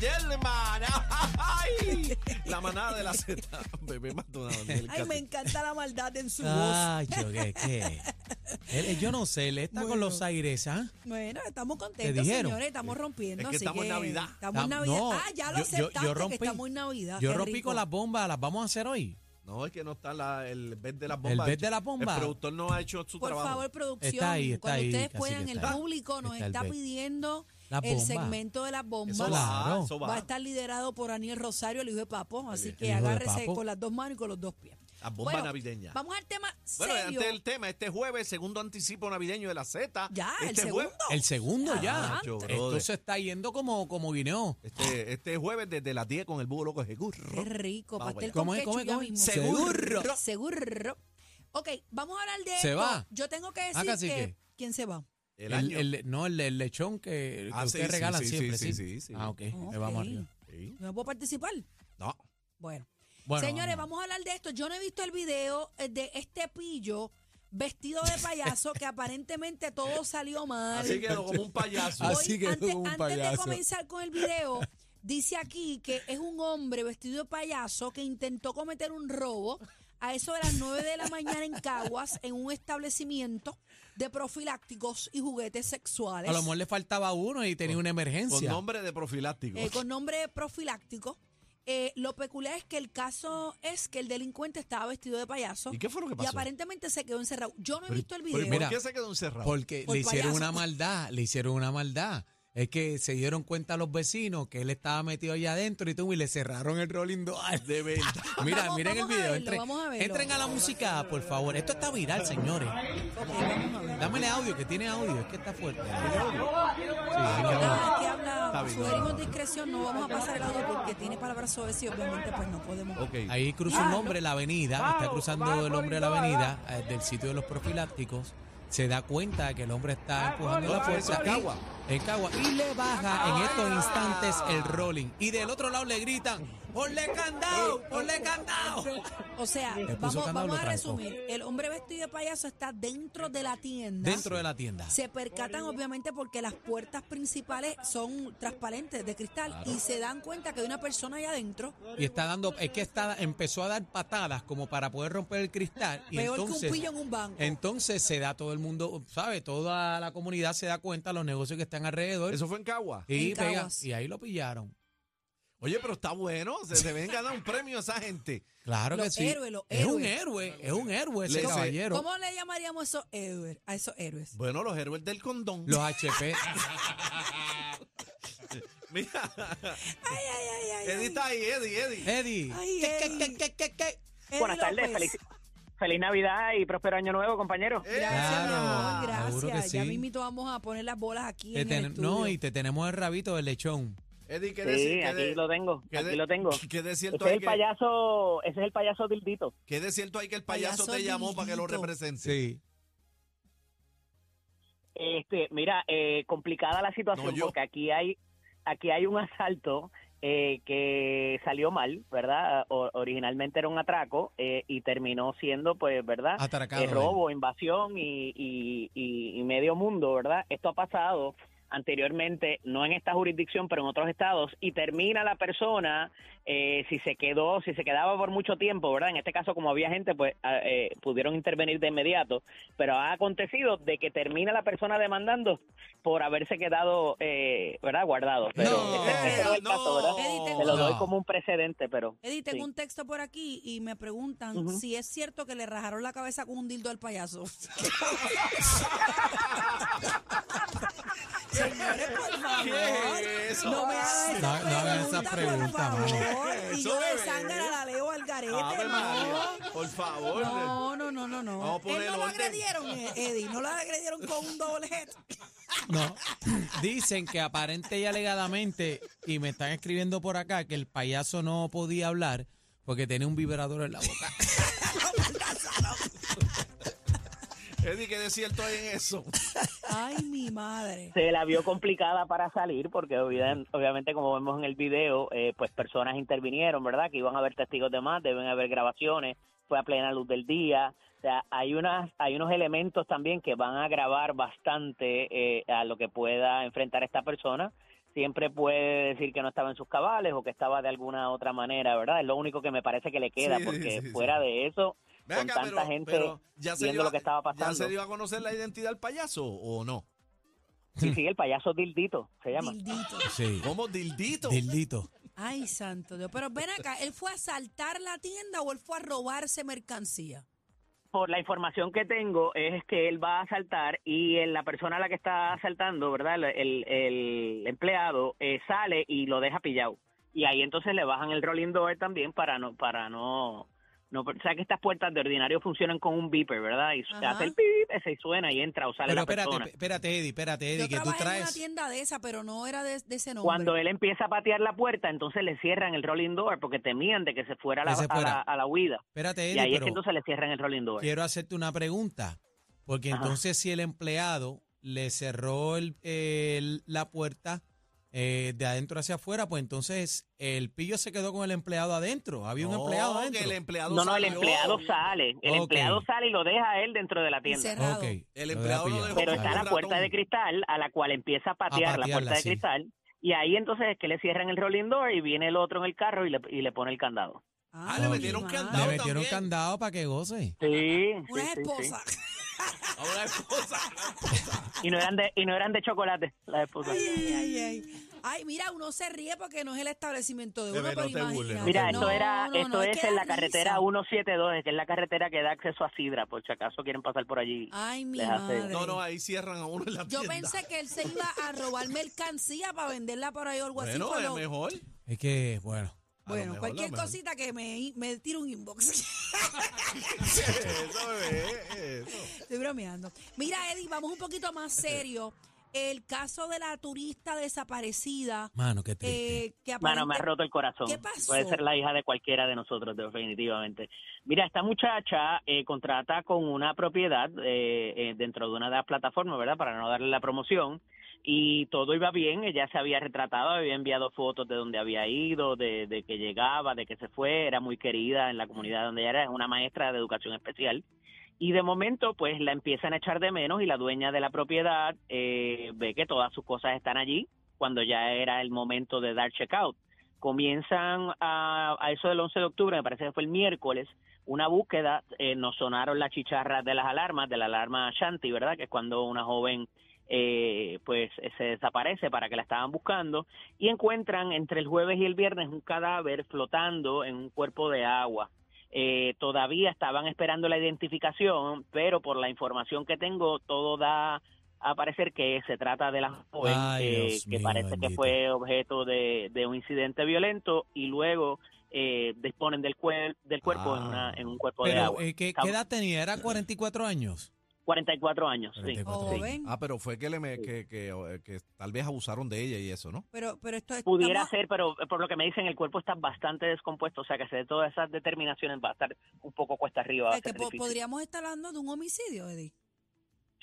Gelman. ¡Ay! La manada de la Z. Bebé Maldonado. Daniel Ay, me Castro. encanta la maldad en su voz. Ay, yo qué, qué. Él- yo no sé, él está con Bueno. los aires, ¿ah? Bueno, estamos contentos, dijeron? señores, estamos rompiendo. Es que así estamos en Navidad. Estamos en Ah, Navidad. no, ah, ya lo yo- yo- yo aceptaste rompí. que estamos en Navidad. Yo qué rompí rico. con las bombas, las vamos a hacer hoy. No, es que no está la- el vez de las bombas. El vez de las bombas. El productor no ha hecho su Por trabajo. favor, producción, Está ahí, está cuando ahí, ustedes cacique, puedan, el está ahí. público nos Está está, el pe- pidiendo La el bomba. segmento de las bombas. eso Claro. va, eso va. Va a estar liderado por Aniel Rosario, el hijo de Papo, así bien. que El hijo de agárrese Papo. con las dos manos y con los dos pies. Las bombas navideñas. Vamos al tema Bueno, serio. antes del tema, este jueves, segundo anticipo navideño de la Z. Ya, el este segundo. Jueves, El segundo ya. Ah, yo, brother. Esto se está yendo como, como guineo. este, este jueves desde las 10 con el búho loco Ejegur. Qué rico, Vamos pastel allá. con ¿Cómo es? ketchup ¿Cómo es? ya ¿Cómo es? mismo. Seguro. Seguro. Ok, vamos a hablar de ¿Se esto. va? Yo tengo que decir cacique. que... ¿Quién se va? El año. el- no, el, el lechón que, Ah, que sí, ustedes sí, regalan sí, sí, siempre, sí, sí, sí, sí. Ah, ok. Ok. Le vamos arriba. Sí. ¿No puedo participar? No. Bueno. Bueno, Señores, vamos. a hablar de esto. Yo no he visto el video eh, de este pillo vestido de payaso que aparentemente todo salió mal. Así quedó como un payaso. Así Hoy, quedó antes, como un antes de payaso. comenzar con el video, dice aquí que es un hombre vestido de payaso que intentó cometer un robo a eso de las 9 de la mañana en Caguas, en un establecimiento de profilácticos y juguetes sexuales. A lo mejor le faltaba uno y tenía una Con emergencia. nombre de profiláctico. eh, con nombre profiláctico. Eh, lo peculiar es que el caso es que el delincuente estaba vestido de payaso. ¿Y qué fue lo que Y pasó? aparentemente se quedó encerrado. Yo no he Pero- visto el pero ¿y video. ¿Por Mira, qué se quedó encerrado? Porque Por le hicieron payaso. una maldad, le hicieron una maldad. Es que se dieron cuenta los vecinos que él estaba metido allá adentro y tú y le cerraron el rolling door. De verdad. Mira, Vamos- vamos miren a el video. verlo, entren, vamos a verlo. entren a la música, por favor. Esto está viral, señores. Dámele audio, que tiene audio. Es que está fuerte. Nada, que habla- Está bien, sugerimos discreción, no vamos a pasar el audio porque tiene palabras suaves y obviamente pues no podemos. Ok. Ahí cruza Ah, un hombre la avenida, está cruzando el hombre la avenida eh, del sitio de los profilácticos. Se da cuenta de que el hombre Ah, está empujando la fuerza. Eso es Cagua. y- En Cagua. Y le baja en Ah. estos instantes el rolling. Y del otro lado le gritan: ¡Ponle candado! Eh, ¡Ponle candado! O sea, puso vamos, candado, vamos a lo trancó. resumir. El hombre vestido de payaso está dentro de la tienda. Dentro de la tienda. Se percatan obviamente porque las puertas principales son transparentes de cristal y se dan cuenta que hay una persona allá adentro. Y está dando, es que está, empezó a dar patadas como para poder romper el cristal. Y Peor que entonces, un pillo en un banco. entonces se da todo el mundo, ¿sabe? Toda la comunidad se da cuenta, los negocios que están alrededor. Eso fue en Cagua. y, En pega- Caguas. y ahí lo pillaron. Oye, pero está bueno. Se deben ganar un premio a esa gente. Claro que Los sí. héroes, los es un héroes. héroe, es un héroe ese Le- caballero. ¿Cómo le llamaríamos esos héroes, a esos héroes? Bueno, los héroes del condón. Los HP. Mira, Ay, ay, ay, ay, Eddie está ahí, Eddie, Eddie. Eddie. Ay, pues. ¿Qué, qué, Eddie. qué, qué, qué, qué? Eddie Buenas tardes, López. feliz, feliz Navidad y próspero año nuevo, compañeros. Eh, Gracias, mi Claro, amor, seguro gracias. que Ya sí. mismito vamos a poner las bolas aquí Te en el ten- estudio. no, y te tenemos el rabito del lechón. Eddie, ¿qué decir? Sí, ¿Qué aquí de- lo tengo, qué de- aquí lo tengo. ¿Qué de Ese cierto es hay el que, payaso, ese es el payaso Dildito. qué de cierto hay que el payaso, Payaso te llamó para que lo Didito. represente? Sí. Este, mira, eh, complicada la situación No, yo. porque aquí hay, aquí hay un asalto eh, que salió mal, ¿verdad? O- originalmente era un atraco eh, y terminó siendo, pues, ¿verdad? Atracado. Eh, robo, invasión y, y- y- y medio mundo, ¿verdad? Esto ha pasado anteriormente, no en esta jurisdicción, pero en otros estados, y termina la persona, eh, si se quedó, si se quedaba por mucho tiempo, ¿verdad? En este caso, como había gente, pues a- eh, pudieron intervenir de inmediato, pero ha acontecido de que termina la persona demandando por haberse quedado, eh, ¿verdad? Guardado. Pero No, este- este no es el no. caso, ¿verdad? Eddie, Te No. lo doy como un precedente, pero... Eddie, tengo sí. un texto por aquí y me preguntan Ujú. si es cierto que le rajaron la cabeza con un dildo al payaso. Señores, por favor. ¿Qué es eso? No me hagan No- esa no hagan esa pregunta, pregunta, por mano. favor. ¿Qué es Y eso, yo de bebé? sangre la leo al garete, Ave no. María, Ah, por favor. No, no, no, no, no. Vamos a poner Él no el lo orden. agredieron, eh, Eddie. No lo agredieron con un doble head. No. Dicen que aparente y alegadamente, y me están escribiendo por acá, que el payaso no podía hablar porque tenía un vibrador en la boca. Eddie, ¿qué de cierto hay en eso? Ay, mi madre. se la vio complicada para salir porque obviden- obviamente como vemos en el video eh, pues personas intervinieron verdad que iban a haber testigos de más deben haber grabaciones fue a plena luz del día o sea hay unas hay unos elementos también que van a agravar bastante eh, a lo que pueda enfrentar esta persona siempre puede decir que no estaba en sus cabales o que estaba de alguna otra manera, ¿verdad? Es lo único que me parece que le queda, Sí, porque sí, sí, fuera de eso, Ven con acá, tanta pero- gente pero ya se viendo dio lo a- que estaba ¿Ya se pasando. dio a conocer la identidad del payaso o no? Sí, sí, el payaso Dildito se llama. Dildito. Sí. ¿Cómo? Dildito. Dildito. Ay, santo Dios. Pero ven acá, ¿él fue a asaltar la tienda o él fue a robarse mercancía? Por la información que tengo es que él va a asaltar y el- la persona a la que está asaltando, ¿verdad? El, el- el empleado eh, sale y lo deja pillado. Y ahí entonces le bajan el rolling door también para no para no no o sea que estas puertas de ordinario funcionan con un beeper, ¿verdad? Y se Ajá. hace el beep, ese y suena y entra o sale Pero la espérate, persona. pe- espérate, Eddie, espérate, Yo Eddie, que tú trabajé en una traes. tienda de esa, pero no era de, de ese nombre. Cuando él empieza a patear la puerta, entonces le cierran el rolling door porque temían de que se fuera, a la- Que se A, fuera. la, a la huida. Espérate, y ahí Eddie, es que pero entonces le cierran el rolling door. quiero hacerte una pregunta. Porque Ajá. entonces, si el empleado le cerró el- el- la puerta eh, de adentro hacia afuera, pues entonces el pillo se quedó con el empleado adentro. Había un No, empleado que adentro. el empleado No, no, el salió. empleado sale. El Ok. empleado sale y lo deja a él dentro de la tienda. Encerrado. Ok, El lo empleado había lo pillado. dejó Pero está Como la un puerta ratón. de cristal a la cual empieza a patear la patearla, puerta de sí. cristal. Y ahí entonces es que le cierran el rolling door y viene el otro en el carro y le, y le pone el candado. Ah, le Ay, metieron madre. candado. Le Dao metieron también. candado para que goce. Sí. Una esposa. Ahora esposa. Y no eran de, y no eran de chocolate, las esposas. Ay, ay, ay, ay. Ay, mira, uno se ríe porque no es el establecimiento de uno, Bebé, no pero te burles, no te imagínate. Mira, No, esto era, no, esto no, es que en da la carretera risa. 172, que es la carretera que da acceso a Sidra, por si acaso quieren pasar por allí. Ay, mi Les hace- madre. No, no, ahí cierran a uno en la Yo tienda. pensé que él se iba a robar mercancía para venderla por ahí o algo así. Bueno, fue es lo- mejor. Es que, bueno. A lo Bueno, mejor, cualquier a lo mejor. cosita que me, me tire un inbox. Eso, bebé, eso. Estoy bromeando. Mira, Eddie, vamos un poquito más serio. El caso de la turista desaparecida Mano, qué triste. eh, que Mano, aparentemente... me ha roto el corazón. ¿Qué pasó? Puede ser la hija de cualquiera de nosotros, definitivamente. Mira, esta muchacha eh, contrata con una propiedad eh, eh, dentro de una de las plataformas, ¿verdad? Para no darle la promoción. Y todo iba bien, ella se había retratado, había enviado fotos de donde había ido, de, de que llegaba, de que se fue, era muy querida en la comunidad donde ella era, es una maestra de educación especial. Y de momento, pues la empiezan a echar de menos y la dueña de la propiedad eh, ve que todas sus cosas están allí cuando ya era el momento de dar checkout. Comienzan a, a eso del 11 de octubre, me parece que fue el miércoles, una búsqueda, eh, nos sonaron las chicharras de las alarmas, de la alarma Shanti, ¿verdad? Que es cuando una joven eh, pues eh, se desaparece para que la estaban buscando y encuentran entre el jueves y el viernes un cadáver flotando en un cuerpo de agua. Eh, todavía estaban esperando la identificación, pero por la información que tengo, todo da a parecer que se trata de la joven Ay, eh, Dios que mío, parece que bendito. fue objeto de, de un incidente violento y luego eh, disponen del, cuer- del cuerpo en, Ah. una- en un cuerpo de Pero, agua. eh, ¿qué, qué edad tenía? ¿Era 44 años? 44 años, sí. 44 años. Joven. Ah, pero fue que, le me- que, que, eh, que tal vez abusaron de ella y eso, ¿no? Pero, pero esto es... Pudiera estamos- ser, pero por lo que me dicen, el cuerpo está bastante descompuesto, o sea que hacer todas esas determinaciones va a estar un poco cuesta arriba. va a eh, que ser po- difícil. podríamos estar hablando de un homicidio, Eddie.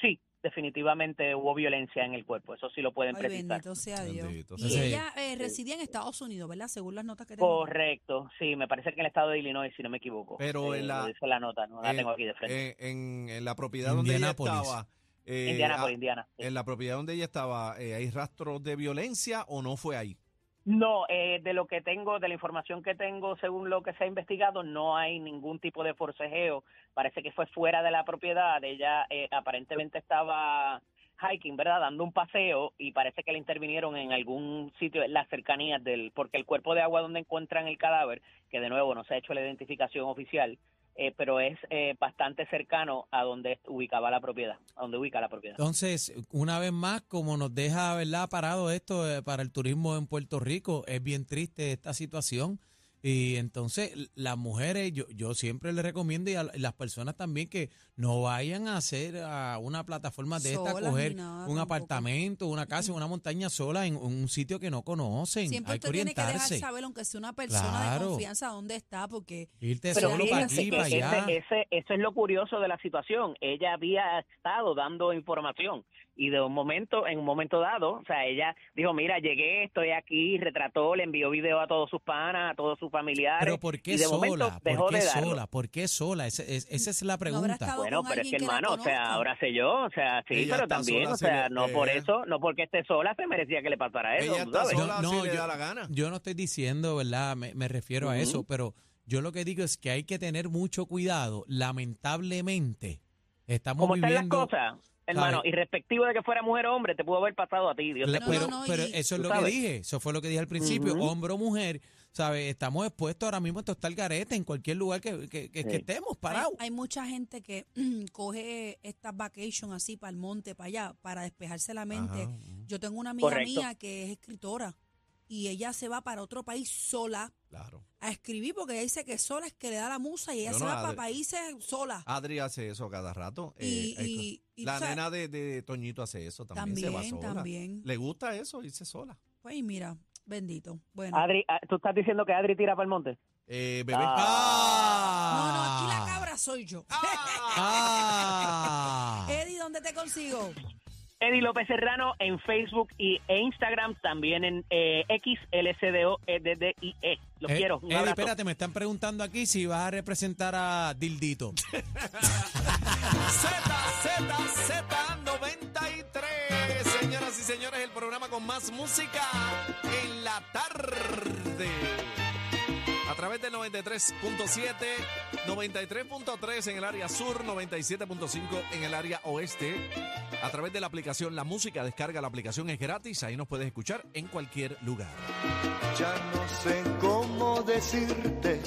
Sí, definitivamente hubo violencia en el cuerpo, eso sí lo pueden Ay, precisar. bendito sea Dios. Bendito Y sea. ella eh, residía en Estados Unidos, ¿verdad? Según las notas que tengo. Correcto, sí, me parece que en el estado de Illinois, si no me equivoco. Pero en lo la- eh, dice la nota, no la en- tengo aquí de frente. En, en- en la propiedad donde ella Indianápolis. estaba. eh, Indiana por ah, Indiana. sí. en la propiedad donde ella estaba, eh, ¿hay rastros de violencia o no fue ahí? No, eh, de lo que tengo, de la información que tengo, según lo que se ha investigado, no hay ningún tipo de forcejeo. Parece que fue fuera de la propiedad. Ella eh, aparentemente estaba hiking, ¿verdad? Dando un paseo y parece que le intervinieron en algún sitio, en las cercanías del, porque el cuerpo de agua donde encuentran el cadáver, que de nuevo no se ha hecho la identificación oficial, eh, pero es eh, bastante cercano a donde ubicaba la propiedad, a donde ubica la propiedad. Entonces, una vez más, como nos deja, ¿verdad?, parado esto eh, para el turismo en Puerto Rico, es bien triste esta situación. Y entonces, l- las mujeres, yo, yo siempre les recomiendo y a la- las personas también que no vayan a hacer a una plataforma de esta, Solas ni coger nada un tampoco. apartamento, una casa, una montaña sola en un sitio que no conocen. Siempre Hay que usted tiene que dejar orientarse, saber, aunque sea una persona de Claro. confianza, dónde está, porque... irte Pero solo para fíjense aquí, que para ese- allá. ese- eso es lo curioso de la situación. Ella había estado dando información y de un momento, en un momento dado, o sea, ella dijo, mira, llegué, estoy aquí, retrató, le envió video a todos sus panas, a todos sus familiares. Pero ¿por qué y de sola? momento dejó ¿Por qué de darlo. sola? ¿Por qué sola? Ese- es- esa es la habrá pregunta. estado- Bueno, con pero es alguien que que la hermano, o conozca. sea, ahora sé yo, o sea, sí, Ella pero está también, sola, o sí sea, le- no por eh. eso, no porque esté sola se merecía que le pasara eso, Ella tú está sabes. sola. No, si no, le yo- da la gana. Yo no estoy diciendo, ¿verdad? Me, me refiero a eso, Ujú. pero yo lo que digo es que hay que tener mucho cuidado. Lamentablemente, estamos Como están las viviendo. cosas, hermano, ¿sabes? irrespectivo de que fuera mujer o hombre, te pudo haber pasado a ti, Dios La- te No, pero, cuide. no, pero y- eso es Tú lo que sabes. dije, eso fue lo que dije al principio, Ujú. hombre o mujer, ¿sabes? Estamos expuestos ahora mismo a tostar garete en cualquier lugar que, que- que- que Sí. estemos Hay- parados. Hay, mucha gente que coge estas vacation así para el monte, para allá, para despejarse la mente. Ajá. Yo tengo una amiga Correcto. mía que es escritora y ella se va para otro país sola Claro. a escribir porque ella dice que sola es que le da la musa y ella Yo se no, va para Adri- países sola. Adri hace eso cada rato. eh, Y- eh, y- y la tú sabes- nena de, de Toñito hace eso también. se va También, sola. también. Le gusta eso, irse sola. Pues mira, bendito. Bueno. Adri, ah, tú estás diciendo que Adri tira para el monte. Eh, bebé. No, no, aquí la cabra soy yo. Ah. Ah. Eddie, ¿dónde te consigo? Eddie López Serrano en Facebook y, e Instagram, también en eh, E XLCDOEDDIE. Los Eh, quiero. Un Eddie, abrazo. espérate, me están preguntando aquí si vas a representar a Dildito. Ah. Z, Z, Z 93. Señoras y señores, el programa con más música en la tarde. A través del 93.7, 93.3 en el área sur, 97.5 en el área oeste. A través de la aplicación La Música, descarga la aplicación, es gratis, ahí nos puedes escuchar en cualquier lugar. Ya no sé cómo decirte.